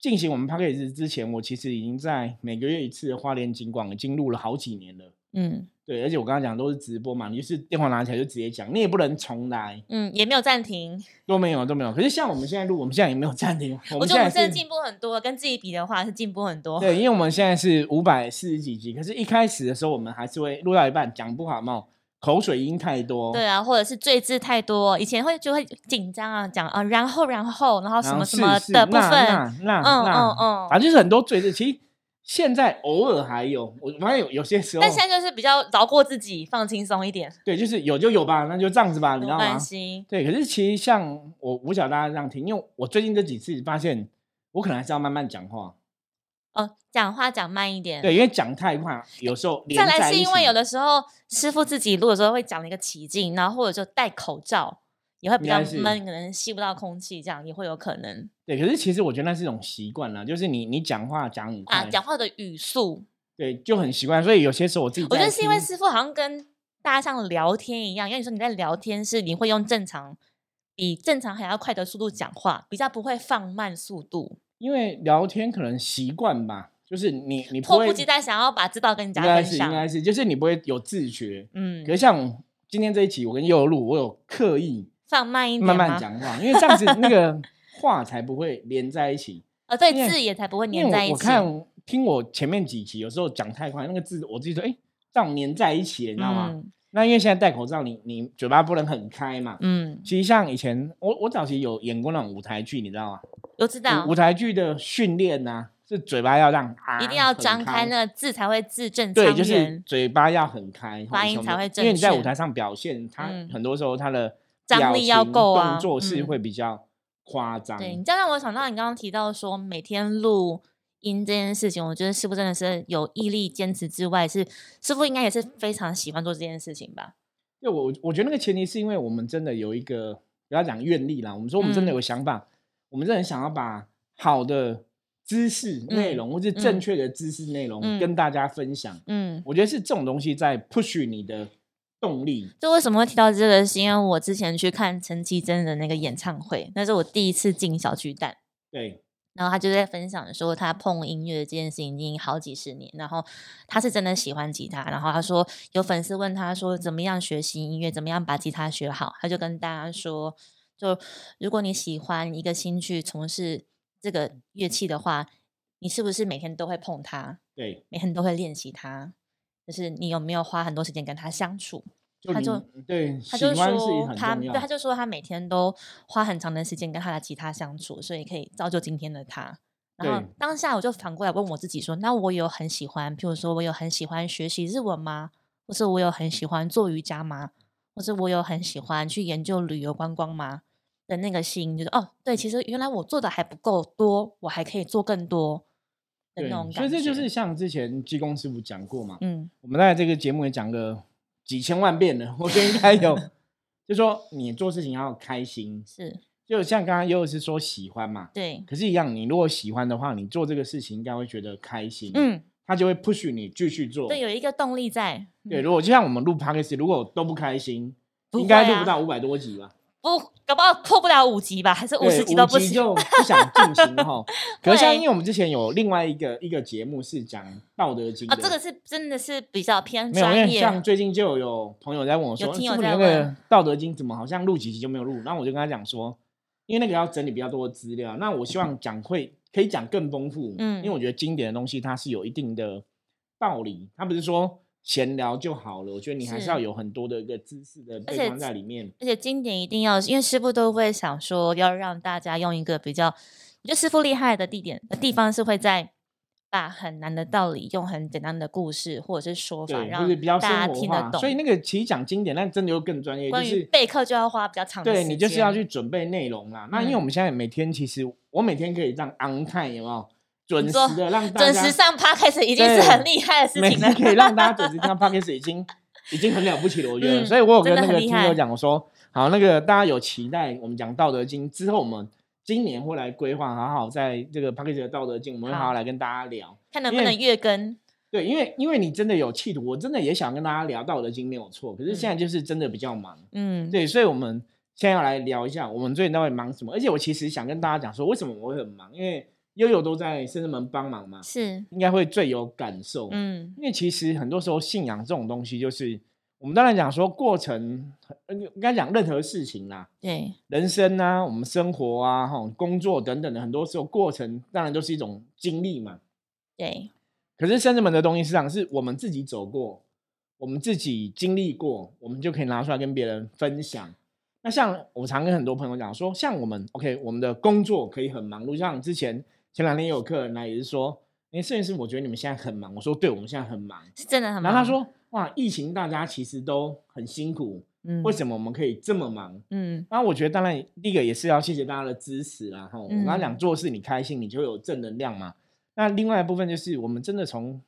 Speaker 1: 进行我们 p a c k a g e 之前，我其实已经在每个月一次的花莲金广已经录了好几年了。
Speaker 2: 嗯
Speaker 1: 对，而且我刚刚讲都是直播嘛，你就是电话拿起来就直接讲，你也不能重来，
Speaker 2: 嗯，也没有暂停。
Speaker 1: 都没有都没有。可是像我们现在录，我们现在也没有暂停，我
Speaker 2: 我
Speaker 1: 们
Speaker 2: 觉得我
Speaker 1: 现
Speaker 2: 们
Speaker 1: 在
Speaker 2: 真的
Speaker 1: 是
Speaker 2: 进步很多，跟自己比的话是进步很多。
Speaker 1: 对，因为我们现在是五百四十几集，可是一开始的时候我们还是会录到一半讲不好嘛，口水音太多，
Speaker 2: 对，啊，或者是赘字太多，以前会就会紧张啊，讲啊，然后然后然后什
Speaker 1: 然后
Speaker 2: 么什
Speaker 1: 是
Speaker 2: 么
Speaker 1: 是
Speaker 2: 的部
Speaker 1: 那
Speaker 2: 分，
Speaker 1: 那
Speaker 2: 嗯
Speaker 1: 那
Speaker 2: 嗯
Speaker 1: 那，
Speaker 2: 嗯。
Speaker 1: 反正就是很多罪字。其实现在偶尔还有，我发现有有些时候
Speaker 2: 但，现在就是比较饶过自己，放轻松一点，
Speaker 1: 对，就是有就有吧，那就这样子吧，你
Speaker 2: 不
Speaker 1: 知道吗
Speaker 2: 关？心。
Speaker 1: 对，可是其实像我，我不晓得大家这样听，因为我最近这几次发现，我可能还是要慢慢讲话。
Speaker 2: 哦，讲话讲慢一点。
Speaker 1: 对，因为讲太快，有时候
Speaker 2: 再
Speaker 1: 连
Speaker 2: 来
Speaker 1: 在
Speaker 2: 是
Speaker 1: 一
Speaker 2: 因为
Speaker 1: 起
Speaker 2: 有的时候师傅自己录的时候会讲了一个起劲，然后或者就戴口罩也会比较
Speaker 1: 应该是
Speaker 2: 闷，可能吸不到空气，这样也会有可能
Speaker 1: 对，可是其实我觉得那是一种习惯啦，就是你你讲话讲很快，
Speaker 2: 啊。讲话的语速，
Speaker 1: 对就很习惯，所以有些时候我自己
Speaker 2: 我觉
Speaker 1: 在
Speaker 2: 得是因为
Speaker 1: 听
Speaker 2: 师傅好像跟大家像聊天一样，因为你说你在聊天是你会用正常比正常还要快的速度讲话，比较不会放慢速度，
Speaker 1: 因为聊天可能习惯吧，就是你你不
Speaker 2: 迫
Speaker 1: 会
Speaker 2: 不及待想要把知道跟人
Speaker 1: 应
Speaker 2: 家
Speaker 1: 该
Speaker 2: 分
Speaker 1: 是应
Speaker 2: 享。
Speaker 1: 该是，就是你不会有自觉。
Speaker 2: 嗯
Speaker 1: 可，是像今天这一期，我跟悠悠录，我有刻意
Speaker 2: 放慢一点
Speaker 1: 慢
Speaker 2: 吗
Speaker 1: 慢讲话，因为这样子那个 话才不会连在一起。
Speaker 2: 哦，对，
Speaker 1: 因为
Speaker 2: 字也才不会
Speaker 1: 因
Speaker 2: 粘在
Speaker 1: 为
Speaker 2: 一
Speaker 1: 我我
Speaker 2: 起。哦
Speaker 1: 看听我前面几集，有时候讲太快，那个字我自己说，哎、这样粘在一起了，你知道吗？
Speaker 2: 嗯
Speaker 1: 那因为现在戴口罩，你你嘴巴不能很开嘛。
Speaker 2: 嗯，
Speaker 1: 其实像以前我我早期有演过那种舞台剧，你知道吗？
Speaker 2: 我知道
Speaker 1: 舞舞，台剧的训练呐、是嘴巴要让啊，
Speaker 2: 一定要
Speaker 1: 很
Speaker 2: 张开那个字才会字正腔
Speaker 1: 对，
Speaker 2: 圆。
Speaker 1: 就是嘴巴要很开，
Speaker 2: 发
Speaker 1: 吼
Speaker 2: 音
Speaker 1: 什么
Speaker 2: 才会正
Speaker 1: 因为你在
Speaker 2: 确
Speaker 1: 舞台上表现，它
Speaker 2: 嗯
Speaker 1: 很多时候它的
Speaker 2: 张
Speaker 1: 表
Speaker 2: 力要
Speaker 1: 情
Speaker 2: 够啊
Speaker 1: 动作是
Speaker 2: 嗯
Speaker 1: 会比较夸张。
Speaker 2: 对你这样让我想到你刚刚提到说每天录音这件事情，我觉得师傅真的是有毅力坚持之外，是师傅应该也是非常喜欢做这件事情吧？
Speaker 1: 对我，我觉得那个前提是因为我们真的有一个不要讲愿力啦，我们说我们真的有
Speaker 2: 嗯
Speaker 1: 个想法，我们真的很想要把好的知识内
Speaker 2: 嗯
Speaker 1: 容、或是
Speaker 2: 嗯
Speaker 1: 正确的知识内容、
Speaker 2: 嗯
Speaker 1: 跟大家分享。
Speaker 2: 嗯，
Speaker 1: 我觉得是这种东西在 push 你的动力。
Speaker 2: 就为什么会提到这个，是因为我之前去看陈绮贞的那个演唱会，那是我第一次进小巨蛋。
Speaker 1: 对，
Speaker 2: 然后他就在分享说，他碰音乐这件事情已经好几十年，然后他是真的喜欢吉他。然后他说，有粉丝问他说，怎么样学习音乐，怎么样把吉他学好？他就跟大家说，就如果你喜欢一个兴趣，从事这个乐器的话，你是不是每天都会碰它，
Speaker 1: 对，
Speaker 2: 每天都会练习它？就是你有没有花很多时间跟它相处？
Speaker 1: 就
Speaker 2: 他
Speaker 1: 你
Speaker 2: 就
Speaker 1: 对
Speaker 2: 他
Speaker 1: 喜
Speaker 2: 就
Speaker 1: 欢是
Speaker 2: 说
Speaker 1: 很
Speaker 2: 他
Speaker 1: 重
Speaker 2: 对
Speaker 1: 要。
Speaker 2: 他就说他每天都花很长的时间跟他的吉他相处，所以可以造就今天的他。然后
Speaker 1: 对
Speaker 2: 当下我就反过来问我自己说：那我有很喜欢，譬如说我有很喜欢学习日文吗？或是我有很喜欢做瑜伽吗？或是我有很喜欢去研究旅游观光吗？的那个心就是哦，对，其实原来我做的还不够多，我还可以做更多的
Speaker 1: 对
Speaker 2: 那种，
Speaker 1: 所
Speaker 2: 感觉。
Speaker 1: 以这就是像之前济公师傅讲过嘛，
Speaker 2: 嗯，
Speaker 1: 我们在这个节目也讲个几千万遍了，我觉得应该有。 就说你做事情要开心，
Speaker 2: 是
Speaker 1: 就像刚刚又是说喜欢嘛，
Speaker 2: 对，
Speaker 1: 可是，一样你如果喜欢的话，你做这个事情应该会觉得开心，，
Speaker 2: 嗯，
Speaker 1: 他就会 push 你继续做。
Speaker 2: 对，有一个动力在。
Speaker 1: 对，
Speaker 2: 嗯
Speaker 1: 如果就像我们录 podcast，如果都不开心，
Speaker 2: 不
Speaker 1: 应该
Speaker 2: 会
Speaker 1: 录不
Speaker 2: 啊
Speaker 1: 到五百多集吧？
Speaker 2: 不，搞不好破不了五级吧，还 是五
Speaker 1: 对
Speaker 2: 十级都不
Speaker 1: 集
Speaker 2: 行。哦
Speaker 1: 就不想进 行哈。可是像
Speaker 2: 会
Speaker 1: 因为我们之前有另外一个一个节目是讲《道德经》
Speaker 2: 啊，
Speaker 1: 的，
Speaker 2: 这个是真的是比较偏
Speaker 1: 没有，因
Speaker 2: 专
Speaker 1: 为
Speaker 2: 业，
Speaker 1: 像最近就有朋友在问我说，
Speaker 2: 有听
Speaker 1: 师
Speaker 2: 友
Speaker 1: 傅你
Speaker 2: 在
Speaker 1: 那个
Speaker 2: 问
Speaker 1: 《道德经》怎么好像录几集就没有录？然后我就跟他讲说，因为那个要整理比较多的资料，那我希望讲会可以讲更丰富，
Speaker 2: 嗯
Speaker 1: 因为我觉得经典的东西它是有一定的道理，它不是说闲聊就好了，我觉得你还
Speaker 2: 是
Speaker 1: 是要有很多的一个知识的
Speaker 2: 且
Speaker 1: 背光在里面。
Speaker 2: 而且经典一定要，因为师傅都会想说要让大家用一个比较，我觉得师傅厉害的地点的地方是会在把很难的道理用很简单的故事或者是说法，
Speaker 1: 对，
Speaker 2: 让
Speaker 1: 就是比较
Speaker 2: 大家
Speaker 1: 生活
Speaker 2: 听得
Speaker 1: 化。
Speaker 2: 懂。
Speaker 1: 所以那个其实讲经典，但真的又更专业，就
Speaker 2: 关于
Speaker 1: 是
Speaker 2: 备课就要花比较长的时
Speaker 1: 对
Speaker 2: 间，
Speaker 1: 你就是要去准备内容啦。那因为
Speaker 2: 嗯
Speaker 1: 我们现在每天其实我每天可以让 on time 有没有准
Speaker 2: 你说
Speaker 1: 时的让大
Speaker 2: 准
Speaker 1: 家
Speaker 2: 时上 p 开始已经是
Speaker 1: 对
Speaker 2: 很厉害的事
Speaker 1: 每
Speaker 2: 情了
Speaker 1: 天。可以让大家准时听 到 podcast 已经已经很了不起了，我觉得。
Speaker 2: 嗯
Speaker 1: 所以我有跟
Speaker 2: 真的
Speaker 1: 那
Speaker 2: 很
Speaker 1: 个
Speaker 2: 厉
Speaker 1: 听
Speaker 2: 害
Speaker 1: 友讲，我说好，那个大家有期待，我们讲《道德经》之后，我们今年会来规划，好好在这个 podcast 的《道德经》，我们会好好
Speaker 2: 好
Speaker 1: 来跟大家聊。
Speaker 2: 看能
Speaker 1: 因
Speaker 2: 不
Speaker 1: 为
Speaker 2: 能月更。
Speaker 1: 对，因为因为你真的有企图，我真的也想跟大家聊《道德经》没有错，可是现在就是真的比较忙，
Speaker 2: 嗯，
Speaker 1: 对，所以我们现在要来聊一下我们最近到底忙什么。而且我其实想跟大家讲说，为什么我会很忙，因为悠悠都在深圳门帮忙嘛，
Speaker 2: 是，
Speaker 1: 应该会最有感受。
Speaker 2: 嗯，
Speaker 1: 因为其实很多时候信仰这种东西，就是我们当然讲说过程，呃应该讲任何事情啦，
Speaker 2: 对，
Speaker 1: 人生啊，我们生活啊，哈，工作等等的，很多时候过程当然都是一种经历嘛。
Speaker 2: 对，
Speaker 1: 可是圣至门的东西，实际上是我们自己走过，我们自己经历过，我们就可以拿出来跟别人分享。那像我常跟很多朋友讲说，像我们 OK，我们的工作可以很忙碌。像之前前两天也有客人来，也是说，哎，摄影师，我觉得你们现在很忙。我说，对，我们现在很忙。
Speaker 2: 是真的
Speaker 1: 然
Speaker 2: 很忙。
Speaker 1: 后他，说：“哇，疫情大家其实都很辛苦，
Speaker 2: 嗯，
Speaker 1: 为什么我们可以这么忙？”
Speaker 2: 嗯，
Speaker 1: 那我觉得，当然第一个也是要谢谢大家的支持啦。哈，我刚刚讲
Speaker 2: 嗯
Speaker 1: 做事你开心，你就会有正能量嘛。那另外一部分就是，我们真的从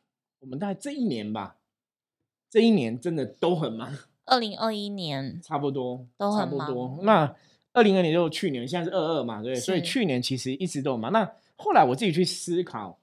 Speaker 1: 我们大概这一年吧，这一年真的都很忙，
Speaker 2: 二零二一年，
Speaker 1: 差不多，
Speaker 2: 都
Speaker 1: 差
Speaker 2: 很
Speaker 1: 不
Speaker 2: 忙
Speaker 1: 多。那二零二年就是去年，现在是二二嘛，对不对，所以
Speaker 2: 是
Speaker 1: 去年其实一直都很忙。那后来我自己去思考，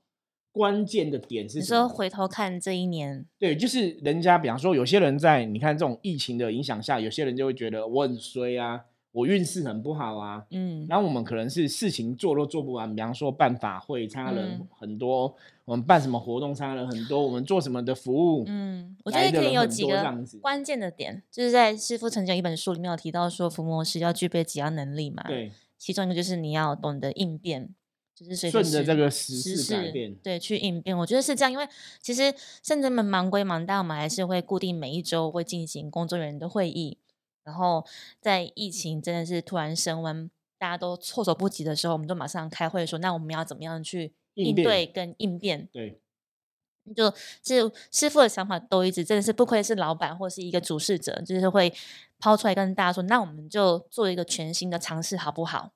Speaker 1: 关键的点是
Speaker 2: 你
Speaker 1: 什么
Speaker 2: 说？回头看这一年，
Speaker 1: 对，就是人家，比方说，有些人在你看这种疫情的影响下，有些人就会觉得我很衰啊，我运势很不好啊。
Speaker 2: 嗯，
Speaker 1: 然后我们可能是事情做都做不完，比方说办法会参加人
Speaker 2: 嗯
Speaker 1: 很多，我们办什么活动参加人很多，我们做什么的服务，
Speaker 2: 嗯，我觉
Speaker 1: 来
Speaker 2: 得
Speaker 1: 的
Speaker 2: 可以
Speaker 1: 人
Speaker 2: 有
Speaker 1: 很
Speaker 2: 几
Speaker 1: 多这
Speaker 2: 个
Speaker 1: 样子
Speaker 2: 关键的点，就是在师傅曾经有一本书里面有提到说，伏魔师要具备几样能力嘛。，
Speaker 1: 对，
Speaker 2: 其中一个就是你要懂得应变，就是随
Speaker 1: 顺
Speaker 2: 着
Speaker 1: 着
Speaker 2: 时
Speaker 1: 这个时
Speaker 2: 时
Speaker 1: 事改
Speaker 2: 事
Speaker 1: 变，
Speaker 2: 对，去应变。我觉得是这样，因为其实甚至们忙归忙，但我们还是会固定每一周会进行工作人员的会议。然后在疫情真的是突然升温，大家都措手不及的时候，我们就马上开会说，那我们要怎么样去
Speaker 1: 应
Speaker 2: 应
Speaker 1: 变
Speaker 2: 对跟应变？
Speaker 1: 对，
Speaker 2: 就是师傅的想法都一直真的是不愧是老板或是一个主事者，就是会抛出来跟大家说，那我们就做一个全新的尝试好不好？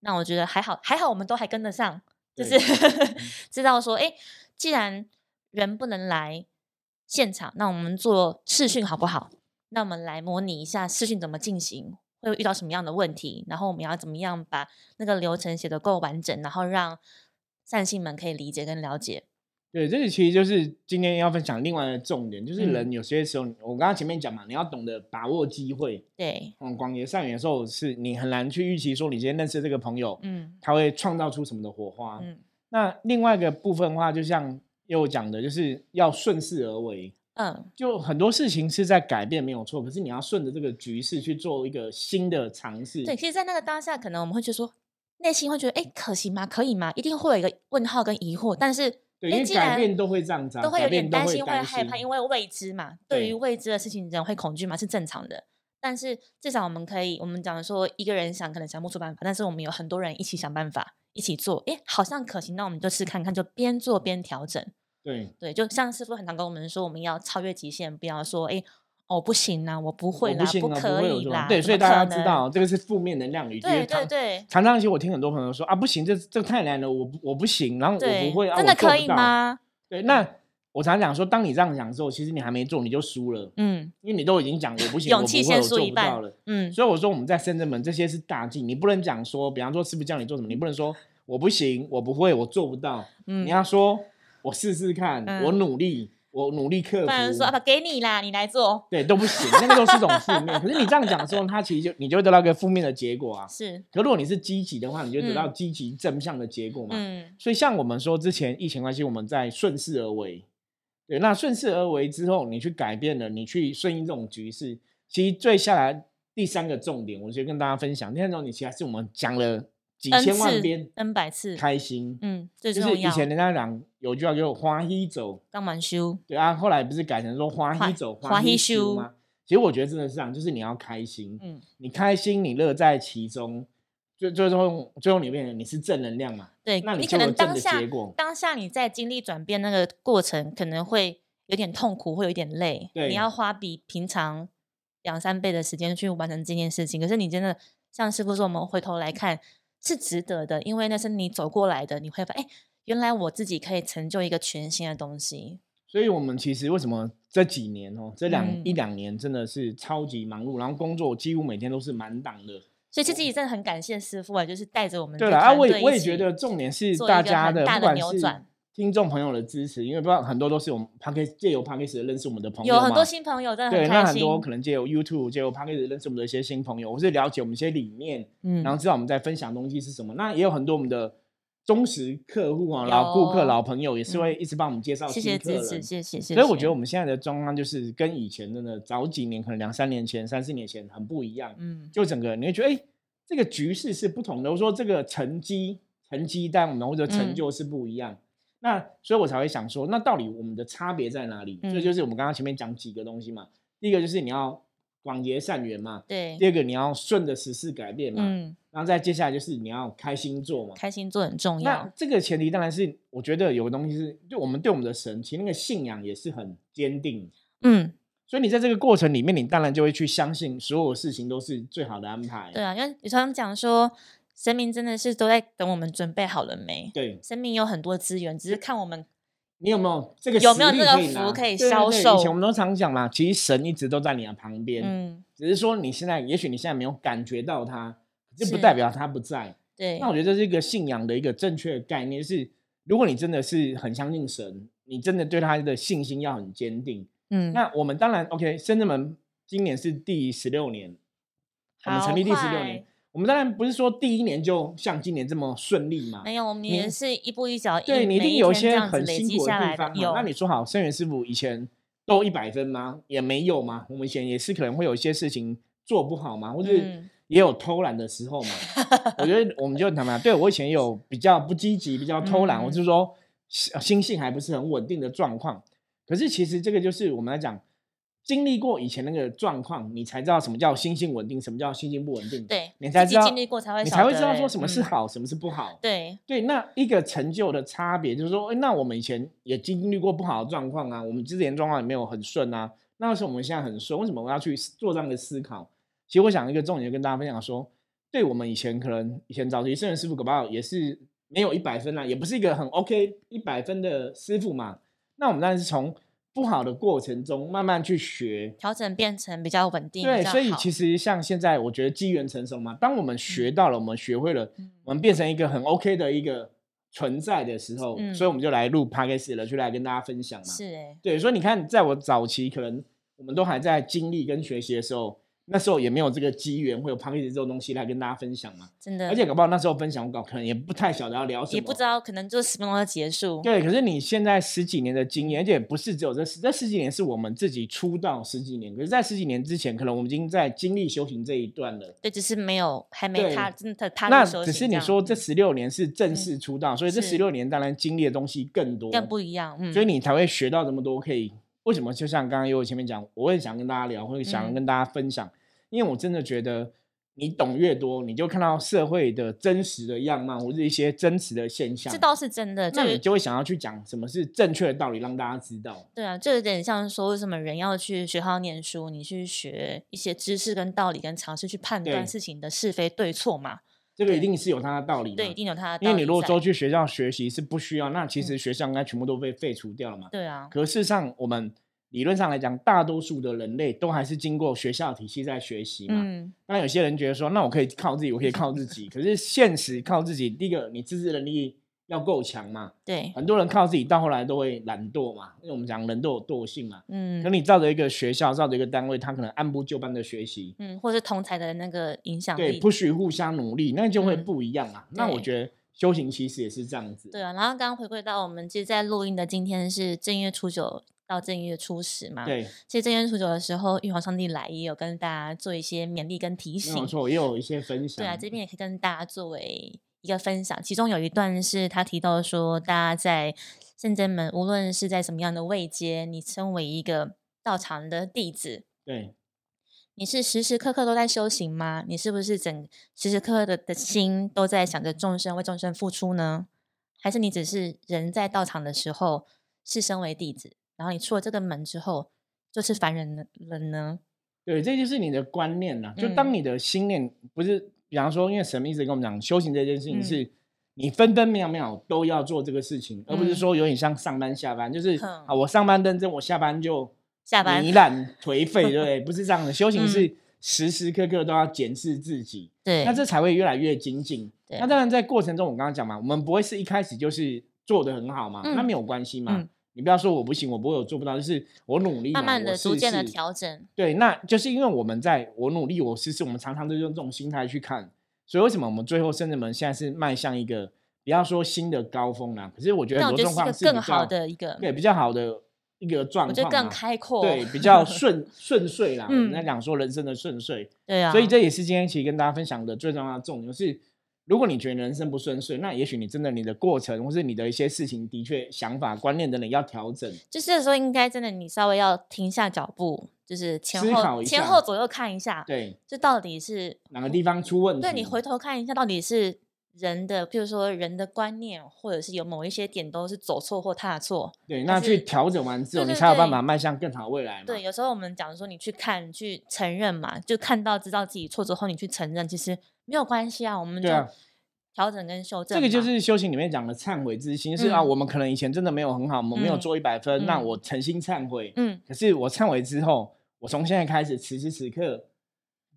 Speaker 2: 那我觉得还好，还好我们都还跟得上，就
Speaker 1: 对
Speaker 2: 是 知道说，哎、既然人不能来现场，那我们做视讯好不好？那我们来模拟一下视讯怎么进行，会遇到什么样的问题，然后我们要怎么样把那个流程写得够完整，然后让善信们可以理解跟了解。
Speaker 1: 对，这个其实就是今天要分享另外的重点，就是
Speaker 2: 嗯
Speaker 1: 人有些时候，我刚刚前面讲嘛，你要懂得把握机会。
Speaker 2: 对，
Speaker 1: 嗯，广结善缘的时候，是你很难去预期说你今天认识这个朋友，
Speaker 2: 嗯
Speaker 1: 他会创造出什么的火花。
Speaker 2: 嗯。
Speaker 1: 那另外一个部分的话，就像又讲的，就是要顺势而为。
Speaker 2: 嗯，
Speaker 1: 就很多事情是在改变，没有错。可是你要顺着这个局势去做一个新的尝试。
Speaker 2: 对，其实，在那个当下，可能我们会觉得说，内心会觉得，哎，可行吗？可以吗？一定会有一个问号跟疑惑，但是，
Speaker 1: 对，
Speaker 2: 诶
Speaker 1: 因为
Speaker 2: 既
Speaker 1: 改
Speaker 2: 然
Speaker 1: 变都会这样子啊
Speaker 2: 都会有
Speaker 1: 改变
Speaker 2: 点
Speaker 1: 都
Speaker 2: 担
Speaker 1: 会
Speaker 2: 心，会
Speaker 1: 担
Speaker 2: 害怕，
Speaker 1: 心
Speaker 2: 因为未知嘛。对于
Speaker 1: 对
Speaker 2: 未知的事情，人会恐惧嘛，是正常的。但是至少我们可以，我们讲说一个人想可能想不出办法，但是我们有很多人一起想办法，一起做，哎，好像可行，那我们就试看看，就边做边调整。
Speaker 1: 对，
Speaker 2: 对，就像师傅很常跟我们说，我们要超越极限，不要说，哎，哦，不行啦，我不会
Speaker 1: 我
Speaker 2: 啦，
Speaker 1: 不信啊，
Speaker 2: 可
Speaker 1: 会有
Speaker 2: 以
Speaker 1: 这种
Speaker 2: 啦。
Speaker 1: 对，
Speaker 2: 怎
Speaker 1: 所以
Speaker 2: 么
Speaker 1: 大
Speaker 2: 可
Speaker 1: 家知
Speaker 2: 能，
Speaker 1: 道这个是负面能量语。就是
Speaker 2: 对对
Speaker 1: 常
Speaker 2: 对。
Speaker 1: 常常其实我听很多朋友说啊，不行，这这太难了，我不我不行，然后我
Speaker 2: 对，
Speaker 1: 不会，啊、
Speaker 2: 真
Speaker 1: 我
Speaker 2: 的
Speaker 1: 做
Speaker 2: 可
Speaker 1: 不
Speaker 2: 以
Speaker 1: 到？
Speaker 2: 吗？
Speaker 1: 对，那我常讲说，当你这样讲之后，其实你还没做，你就输了，
Speaker 2: 嗯
Speaker 1: 因为你都已经讲我不行，
Speaker 2: 勇
Speaker 1: 我不
Speaker 2: 气
Speaker 1: 会
Speaker 2: 先
Speaker 1: 我
Speaker 2: 输
Speaker 1: 做
Speaker 2: 一
Speaker 1: 不
Speaker 2: 半
Speaker 1: 到了。
Speaker 2: 嗯，
Speaker 1: 所以我说我们在深圳门这些是大忌，你不能讲说，比方说师傅叫你做什么，你不能说我不行，我不会，我做不到，
Speaker 2: 嗯
Speaker 1: 你要说我试试看，
Speaker 2: 嗯
Speaker 1: 我努力，我努力克服
Speaker 2: 不。然说啊，不给你啦，你来做。
Speaker 1: 对，都不行，那个都是一种负面。可是你这样讲的时候，它其实就你就会得到一个负面的结果啊。
Speaker 2: 是，
Speaker 1: 可如果你是积极的话，你就得到积极正向的结果嘛。
Speaker 2: 嗯
Speaker 1: 所以像我们说之前疫情关系，我们在顺势而为，对，那顺势而为之后，你去改变了，你去顺应这种局势，其实最下来第三个重点，我就跟大家分享。第三个重点其实还是我们讲了几
Speaker 2: ，n
Speaker 1: 千万
Speaker 2: 次
Speaker 1: 遍，
Speaker 2: ，n 百次，
Speaker 1: 开心，
Speaker 2: 嗯，最
Speaker 1: 就是
Speaker 2: 重
Speaker 1: 以
Speaker 2: 要。
Speaker 1: 前人家讲有句话叫“花一走
Speaker 2: 刚完休”，，
Speaker 1: 对啊，后来不是改成说“花
Speaker 2: 花
Speaker 1: 一走，
Speaker 2: 花
Speaker 1: 一
Speaker 2: 一
Speaker 1: 休”
Speaker 2: 休
Speaker 1: 吗？其实我觉得真的是这样，就是你要开心，
Speaker 2: 嗯
Speaker 1: 你开心，你乐在其中，最最终最后你变成你是正能量嘛？
Speaker 2: 对
Speaker 1: 那你
Speaker 2: 哎可
Speaker 1: 就有
Speaker 2: 能
Speaker 1: 正
Speaker 2: 当
Speaker 1: 的
Speaker 2: 下
Speaker 1: 结果
Speaker 2: 当下你在经历转变那个过程，可能会有点痛苦，会有点累，
Speaker 1: 对
Speaker 2: 你要花比平常两三倍的时间去完成这件事情。可是你真的像师傅说，我们回头来看是值得的，因为那是你走过来的，你会发现，哎，原来我自己可以成就一个全新的东西。
Speaker 1: 所以我们其实为什么这几年哦，这两、
Speaker 2: 嗯
Speaker 1: 一两年真的是超级忙碌，然后工作几乎每天都是满档的。
Speaker 2: 所以其实也真的很感谢师傅啊，嗯就是带着我们
Speaker 1: 对
Speaker 2: 这
Speaker 1: 了，啊，
Speaker 2: 团
Speaker 1: 我也
Speaker 2: 队
Speaker 1: 我
Speaker 2: 一
Speaker 1: 也
Speaker 2: 起
Speaker 1: 觉得重点是
Speaker 2: 做一
Speaker 1: 大
Speaker 2: 个
Speaker 1: 家
Speaker 2: 很
Speaker 1: 的，
Speaker 2: 大
Speaker 1: 不
Speaker 2: 的
Speaker 1: 管
Speaker 2: 扭
Speaker 1: 是
Speaker 2: 转
Speaker 1: 听众朋友的支持，因为不知道很多都是我们 p a c k a s 借由 p a c k a s 认识我们的朋友嘛，
Speaker 2: 有很多新朋友，真的
Speaker 1: 对，
Speaker 2: 很
Speaker 1: 那
Speaker 2: 开
Speaker 1: 很
Speaker 2: 心。
Speaker 1: 多可能借由 YouTube、借由 p a c k a s 认识我们的一些新朋友，或是了解我们一些理念，
Speaker 2: 嗯
Speaker 1: 然后知道我们在分享的东西是什么。那也有很多我们的忠实客户啊、
Speaker 2: 有嗯
Speaker 1: 老顾客、老朋友，也是会一直帮我们介绍
Speaker 2: 谢
Speaker 1: 新
Speaker 2: 谢
Speaker 1: 客
Speaker 2: 支
Speaker 1: 人。
Speaker 2: 持，谢谢谢谢。
Speaker 1: 所以我觉得我们现在的状况就是跟以前真的早几年，可能两三年前、三四年前很不一样。
Speaker 2: 嗯，
Speaker 1: 就整个你会觉得，哎、这个局势是不同的。我说这个成绩、成绩单，我们或者成
Speaker 2: 嗯
Speaker 1: 就是不一样。那所以，我才会想说，那到底我们的差别在哪里？
Speaker 2: 嗯
Speaker 1: 这就是我们刚刚前面讲几个东西嘛。第一个就是你要广结善缘嘛，
Speaker 2: 对
Speaker 1: 第，二个你要顺着时事改变嘛，
Speaker 2: 嗯，
Speaker 1: 然后再接下来就是你要开心做嘛。
Speaker 2: 开心做很重
Speaker 1: 那
Speaker 2: 要。
Speaker 1: 这个前提当然是，我觉得有个东西是对我们对我们的神，其实那个信仰也是很坚定的。
Speaker 2: 嗯，
Speaker 1: 所以你在这个过程里面，你当然就会去相信所有事情都是最好的安排。
Speaker 2: 对啊，因为有常常讲说，生命真的是都在等我们准备好了没？
Speaker 1: 对，
Speaker 2: 生命有很多资源，只是看我们
Speaker 1: 你有没有这个
Speaker 2: 有没有
Speaker 1: 实力
Speaker 2: 这个
Speaker 1: 以拿
Speaker 2: 福可以
Speaker 1: 对对
Speaker 2: 销
Speaker 1: 对
Speaker 2: 售
Speaker 1: 以前我们都常讲嘛，其实神一直都在你的旁边，
Speaker 2: 嗯，
Speaker 1: 只是说你现在，也许你现在没有感觉到他，这不
Speaker 2: 是
Speaker 1: 代表他不在。
Speaker 2: 对
Speaker 1: 那，我觉得这是一个信仰的一个正确的概念是，如果你真的是很相信神，你真的对他的信心要很坚定。
Speaker 2: 嗯，
Speaker 1: 那我们当然 OK，深圳门今年是第十六年，我们成
Speaker 2: 好
Speaker 1: 立第十六
Speaker 2: 快
Speaker 1: 年。我们当然不是说第一年就像今年这么顺利嘛，
Speaker 2: 没有，我们
Speaker 1: 你
Speaker 2: 也是一步一脚印，
Speaker 1: 对你一
Speaker 2: 每
Speaker 1: 定
Speaker 2: 一
Speaker 1: 有一
Speaker 2: 天这
Speaker 1: 些
Speaker 2: 样子
Speaker 1: 很
Speaker 2: 累
Speaker 1: 辛
Speaker 2: 积
Speaker 1: 苦的
Speaker 2: 下
Speaker 1: 地
Speaker 2: 来的
Speaker 1: 方。嘛。
Speaker 2: 有
Speaker 1: 那，你说好，生源师傅以前都一百分吗？也没有嘛。我们以前也是可能会有一些事情做不好嘛，或是
Speaker 2: 嗯
Speaker 1: 也有偷懒的时候嘛。我觉得我们就坦白，啊对我以前也有比较不积极、比较偷懒，
Speaker 2: 嗯
Speaker 1: 我是说心心性还不是很稳定的状况。可是其实这个就是我们来讲，经历过以前那个状况，你才知道什么叫心性稳定，什么叫心性不稳定。
Speaker 2: 对，
Speaker 1: 你
Speaker 2: 自
Speaker 1: 才
Speaker 2: 己
Speaker 1: 知道
Speaker 2: 经历过才会
Speaker 1: 你
Speaker 2: 晓
Speaker 1: 才会
Speaker 2: 得
Speaker 1: 知道
Speaker 2: 欸
Speaker 1: 说什么是
Speaker 2: 嗯
Speaker 1: 好，什么是不好。
Speaker 2: 对，
Speaker 1: 对，那一个成就的差别就是说，诶那我们以前也经历过不好的状况啊，我们之前状况也没有很顺啊，那为什么我们现在很顺？为什么我要去思做这样的思考？其实我想一个重点就跟大家分享说，对我们以前可能以前早期圣人师傅搞不好也是没有一百分啦、啊也不是一个很 OK 一百分的师傅嘛。那我们当然是从不好的过程中慢慢去学，
Speaker 2: 调整变成比较稳定，
Speaker 1: 对，所以其
Speaker 2: 实
Speaker 1: 实像现在，我觉得机缘成熟嘛，当我们学到了，我们学会了，
Speaker 2: 嗯
Speaker 1: 我们变成一个很 OK 的一个存在的时候，
Speaker 2: 嗯
Speaker 1: 所以我们就来录 podcast 了，就来跟大家分享嘛。
Speaker 2: 是哎，
Speaker 1: 对，所以你看，在我早期可能我们都还在经历跟学习的时候，那时候也没有这个机缘会有 podcast 这种东西来跟大家分享嘛。
Speaker 2: 真的，
Speaker 1: 而且搞不好那时候分享，我搞可能也不太晓得要聊什么，
Speaker 2: 也不知道可能就十分钟就结束，
Speaker 1: 对，可是你现在十几年的经验，而且不是只有这十这十几年是我们自己出道十几年，可是，在十几年之前，可能我们已经在经历修行这一段了。
Speaker 2: 对，只是没有还
Speaker 1: 对
Speaker 2: 没踏真的踏
Speaker 1: 那
Speaker 2: 入修
Speaker 1: 只是
Speaker 2: 行
Speaker 1: 你
Speaker 2: 样
Speaker 1: 说这
Speaker 2: 嗯
Speaker 1: 十六年是正式出道，所以这
Speaker 2: 是
Speaker 1: 十六年当然经历的东西更多，
Speaker 2: 更不一样，嗯，
Speaker 1: 所以你才会学到这么多。可以为什么？就像刚刚有前面讲，我也想跟大家聊，会想
Speaker 2: 嗯
Speaker 1: 跟大家分享，因为我真的觉得你懂越多，你就看到社会的真实的样貌，或者一些真实的现象
Speaker 2: 这。倒是真的，就
Speaker 1: 那你
Speaker 2: 是
Speaker 1: 就会想要去讲什么是正确的道理，让大家知道。
Speaker 2: 对啊，就有点像说为什么人要去学校念书，你去学一些知识跟道理跟尝试去判
Speaker 1: 对
Speaker 2: 断事情的是非对错嘛，
Speaker 1: 这个一
Speaker 2: 对
Speaker 1: 定是有它的道理嘛。
Speaker 2: 对，一定有它的
Speaker 1: 因
Speaker 2: 道
Speaker 1: 为
Speaker 2: 理
Speaker 1: 你如果
Speaker 2: 在嗯
Speaker 1: 说去学校学习是不需要，那其实学校应该全部都被废除掉了嘛。
Speaker 2: 对啊，
Speaker 1: 可是事实上，我们理论上来讲，大多数的人类都还是经过学校体系在学习嘛。
Speaker 2: 嗯，
Speaker 1: 那有些人觉得说，那我可以靠自己，我可以靠自己。可是现实靠自己，第一个你自制能力要够强嘛。
Speaker 2: 对，
Speaker 1: 很多人靠自己到后来都会懒惰嘛，因为我们讲人都有惰性嘛。可
Speaker 2: 嗯
Speaker 1: 你照着一个学校，照着一个单位，他可能按部就班的学习，
Speaker 2: 嗯，或是同才的那个影响
Speaker 1: 对，
Speaker 2: 力，
Speaker 1: 不许互相努力，那就会
Speaker 2: 嗯
Speaker 1: 不一样啊。那我
Speaker 2: 对
Speaker 1: 觉得修行其实也是这样子。
Speaker 2: 对啊。然后刚刚回归到我们其实，在录音的今天是正月初九到正月初十嘛，。
Speaker 1: 对，
Speaker 2: 其实正月初九的时候，玉皇上帝来也有跟大家做一些勉励跟提
Speaker 1: 没
Speaker 2: 醒，
Speaker 1: 有错，也有一些分享。
Speaker 2: 对啊，这边也可以跟大家作为一个分享。其中有一段是他提到说，大家在圣真门，无论是在什么样的位阶，你身为一个道场的弟子，
Speaker 1: 对
Speaker 2: 你是时时刻刻都在修行吗？你是不是整时时刻刻的的心都在想着众生为众生付出呢？还是你只是人在道场的时候是身为弟子，然后你出了这个门之后就是凡人了了呢？
Speaker 1: 对，这就是你的观念啦。就当
Speaker 2: 嗯
Speaker 1: 你的心念不是，比方说，因为神秘一直跟我们讲，修行这件事情
Speaker 2: 嗯
Speaker 1: 是你分分秒秒都要做这个事情，而不是
Speaker 2: 嗯
Speaker 1: 说有点像上班下班，就是
Speaker 2: 哼
Speaker 1: 啊，我上班认真，我下班就
Speaker 2: 下班
Speaker 1: 糜烂颓废，对不对？不是这样的，修行
Speaker 2: 嗯
Speaker 1: 是时时刻刻都要检视自己，
Speaker 2: 对
Speaker 1: 那这才会越来越精进。
Speaker 2: 对
Speaker 1: 那当然，在过程中我刚刚讲嘛，我们不会是一开始就是做的很好嘛，
Speaker 2: 嗯
Speaker 1: 那没有关系嘛。
Speaker 2: 嗯
Speaker 1: 你不要说我不行，我不会，我做不到，就是我努力嘛，
Speaker 2: 慢慢的
Speaker 1: 我
Speaker 2: 逐
Speaker 1: 试
Speaker 2: 渐的
Speaker 1: 试
Speaker 2: 调整，
Speaker 1: 对，那就是因为我们在我努力，我试试，我们常常都用这种心态去看，所以为什么我们最后甚至们现在是迈向一个不要说新的高峰啦，可是我觉得
Speaker 2: 那
Speaker 1: 很
Speaker 2: 我
Speaker 1: 多
Speaker 2: 觉
Speaker 1: 状
Speaker 2: 得是一
Speaker 1: 况
Speaker 2: 个
Speaker 1: 是比
Speaker 2: 更好
Speaker 1: 较
Speaker 2: 的一个，
Speaker 1: 对比较好的一个状况
Speaker 2: 我觉
Speaker 1: 嘛，
Speaker 2: 得更开阔，
Speaker 1: 啊对 比较顺顺遂啦。
Speaker 2: 嗯
Speaker 1: 人家讲说人生的顺遂，
Speaker 2: 对啊，
Speaker 1: 所以这也是今天其实跟大家分享的最重要的重点就是。如果你觉得人生不顺遂，那也许你真的你的过程或是你的一些事情的确想法、观念等等要调整。
Speaker 2: 就是这时候应该真的你稍微要停下脚步，就是前
Speaker 1: 思考
Speaker 2: 后
Speaker 1: 一
Speaker 2: 前
Speaker 1: 下
Speaker 2: 后左右看一下，
Speaker 1: 对，
Speaker 2: 这到底是
Speaker 1: 哪个地方出问题？
Speaker 2: 对你回头看一下，到底是人的，譬如说人的观念，或者是有某一些点都是走错或踏错。
Speaker 1: 对，
Speaker 2: 还
Speaker 1: 那去
Speaker 2: 是
Speaker 1: 调整完之后，
Speaker 2: 对
Speaker 1: 你
Speaker 2: 对
Speaker 1: 才有办
Speaker 2: 对
Speaker 1: 法迈向更好的未来嘛。
Speaker 2: 对，，有时候我们讲说你去看、去承认嘛，就看到知道自己错之后，你去承认，其实没有关系啊，我们就
Speaker 1: 对啊
Speaker 2: 调整跟修正
Speaker 1: 这
Speaker 2: 嘛。
Speaker 1: 个就是修行里面讲的忏悔之心，就是啊，
Speaker 2: 嗯
Speaker 1: 我们可能以前真的没有很好，我们没有
Speaker 2: 嗯
Speaker 1: 做一百分，那
Speaker 2: 嗯
Speaker 1: 我诚心忏悔。
Speaker 2: 嗯，
Speaker 1: 可是我忏悔之后，我从现在开始，此时此刻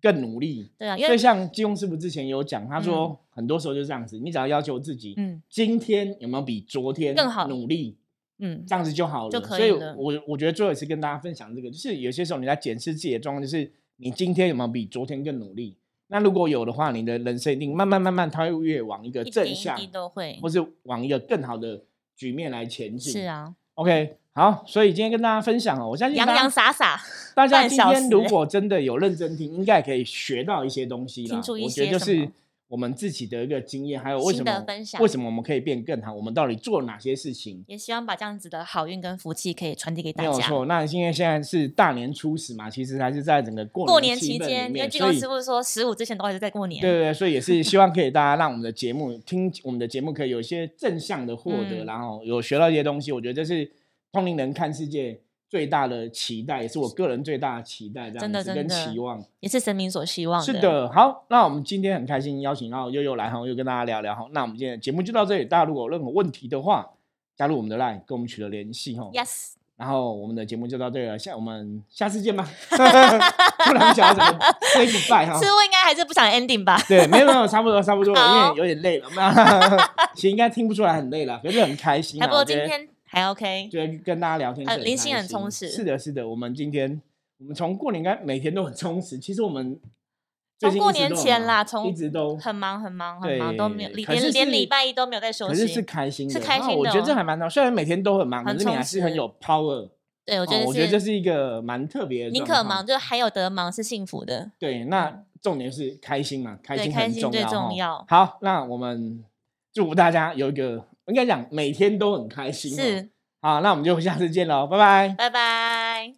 Speaker 1: 更努力。
Speaker 2: 对啊，因
Speaker 1: 所以
Speaker 2: 为
Speaker 1: 像金庸师傅之前有讲，他
Speaker 2: 嗯
Speaker 1: 说很多时候就是这样子，你只要要求自己，
Speaker 2: 嗯
Speaker 1: 今天有没有比昨天
Speaker 2: 更好
Speaker 1: 努力，
Speaker 2: 嗯
Speaker 1: 这样子就好了。
Speaker 2: 就可
Speaker 1: 所以
Speaker 2: 以了
Speaker 1: 我我觉得最后一次跟大家分享这个，就是有些时候你在检视自己的状况，就是你今天有没有比昨天更努力？那如果有的话，你的人生一定慢慢慢慢，它会越往一个
Speaker 2: 一
Speaker 1: 正
Speaker 2: 点一
Speaker 1: 向，
Speaker 2: 滴都会
Speaker 1: 或是往一个更好的局面来前进。
Speaker 2: 是啊，
Speaker 1: ，OK，好，所以今天跟大家分享哦，我相信
Speaker 2: 洋
Speaker 1: 大家
Speaker 2: 洋洒洒，
Speaker 1: 大家
Speaker 2: 半
Speaker 1: 今
Speaker 2: 小
Speaker 1: 天如
Speaker 2: 时
Speaker 1: 果真的有认真听，应该也可以学到一些东西啦。
Speaker 2: 听出一
Speaker 1: 我觉得就
Speaker 2: 些什么
Speaker 1: 是我们自己的一个经验，还有为什
Speaker 2: 新的
Speaker 1: 么
Speaker 2: 分享
Speaker 1: 为什么我们可以变更好，我们到底做了哪些事情。
Speaker 2: 也希望把这样子的好运跟福气可以传递给
Speaker 1: 没
Speaker 2: 大
Speaker 1: 有
Speaker 2: 家。
Speaker 1: 错，那因为现在是大年初十嘛，其实还是在整个过
Speaker 2: 过
Speaker 1: 年
Speaker 2: 年期
Speaker 1: 氛
Speaker 2: 间，
Speaker 1: 里
Speaker 2: 因为
Speaker 1: 面，
Speaker 2: 据
Speaker 1: 所
Speaker 2: 公
Speaker 1: 以
Speaker 2: 师傅说，十五之前都还是在过年。
Speaker 1: 对对对，所以也是希望可以大家让我们的节目听我们的节目可以有一些正向的获得，
Speaker 2: 嗯
Speaker 1: 然后有学到一些东西，我觉得这是通灵人看世界最大的期待，也是我个人最大的期待，这样
Speaker 2: 真的
Speaker 1: 子
Speaker 2: 真
Speaker 1: 跟
Speaker 2: 的
Speaker 1: 期望。
Speaker 2: 也是神明所希望
Speaker 1: 是的，好，那我们今天很开心邀请到悠悠来哈，又跟大家聊聊哈。那我们今天的节目就到这里，大家如果有任何问题的话，加入我们的 LINE 跟我们取得联系哈。
Speaker 2: Yes，
Speaker 1: 然后我们的节目就到这里了，下我们下次见吧。 突然想要怎么 say goodbye 哈
Speaker 2: 师？傅应该还是不想 ending 吧？
Speaker 1: 对，没有没有，差不多差不多，因
Speaker 2: 好
Speaker 1: 为有点累了。 那其实应该听不出来很累了，可是很开心啊。
Speaker 2: 还不如
Speaker 1: 我觉
Speaker 2: 今
Speaker 1: 得
Speaker 2: 天还 OK。
Speaker 1: 觉得跟大家聊天是
Speaker 2: 呃
Speaker 1: 很
Speaker 2: 灵性
Speaker 1: 开
Speaker 2: 很充
Speaker 1: 心
Speaker 2: 实
Speaker 1: 是的，是的，我们今天我们从过年应该每天都很充实。其实我们最
Speaker 2: 从
Speaker 1: 近
Speaker 2: 过
Speaker 1: 一直
Speaker 2: 年
Speaker 1: 都很
Speaker 2: 前
Speaker 1: 忙
Speaker 2: 啦从
Speaker 1: 一直都
Speaker 2: 很忙很忙很
Speaker 1: 对
Speaker 2: 忙，都没有连
Speaker 1: 可是
Speaker 2: 连连
Speaker 1: 是
Speaker 2: 礼拜一都没有在休
Speaker 1: 可是是
Speaker 2: 息。
Speaker 1: 开心的，
Speaker 2: 是开
Speaker 1: 那
Speaker 2: 心
Speaker 1: 我
Speaker 2: 的
Speaker 1: 觉得这
Speaker 2: 哦
Speaker 1: 还蛮好，虽然每天都很忙，可
Speaker 2: 很
Speaker 1: 是你还
Speaker 2: 充
Speaker 1: 是很
Speaker 2: 实
Speaker 1: 有 power。
Speaker 2: 对，我
Speaker 1: 我
Speaker 2: 觉
Speaker 1: 哦
Speaker 2: 得
Speaker 1: 我觉得这
Speaker 2: 是
Speaker 1: 是一个蛮特别的
Speaker 2: 宁
Speaker 1: 状
Speaker 2: 可
Speaker 1: 况。
Speaker 2: 忙，就还有得忙是幸福的。
Speaker 1: 对，那重点是开心嘛，开
Speaker 2: 对
Speaker 1: 心
Speaker 2: 开
Speaker 1: 很
Speaker 2: 心
Speaker 1: 重
Speaker 2: 最
Speaker 1: 要
Speaker 2: 重
Speaker 1: 哦
Speaker 2: 要
Speaker 1: 好，那我们祝福大家有一个，应该讲每天都很开心哦。
Speaker 2: 是，
Speaker 1: 好，那我们就下次见喽，拜拜。
Speaker 2: 拜拜。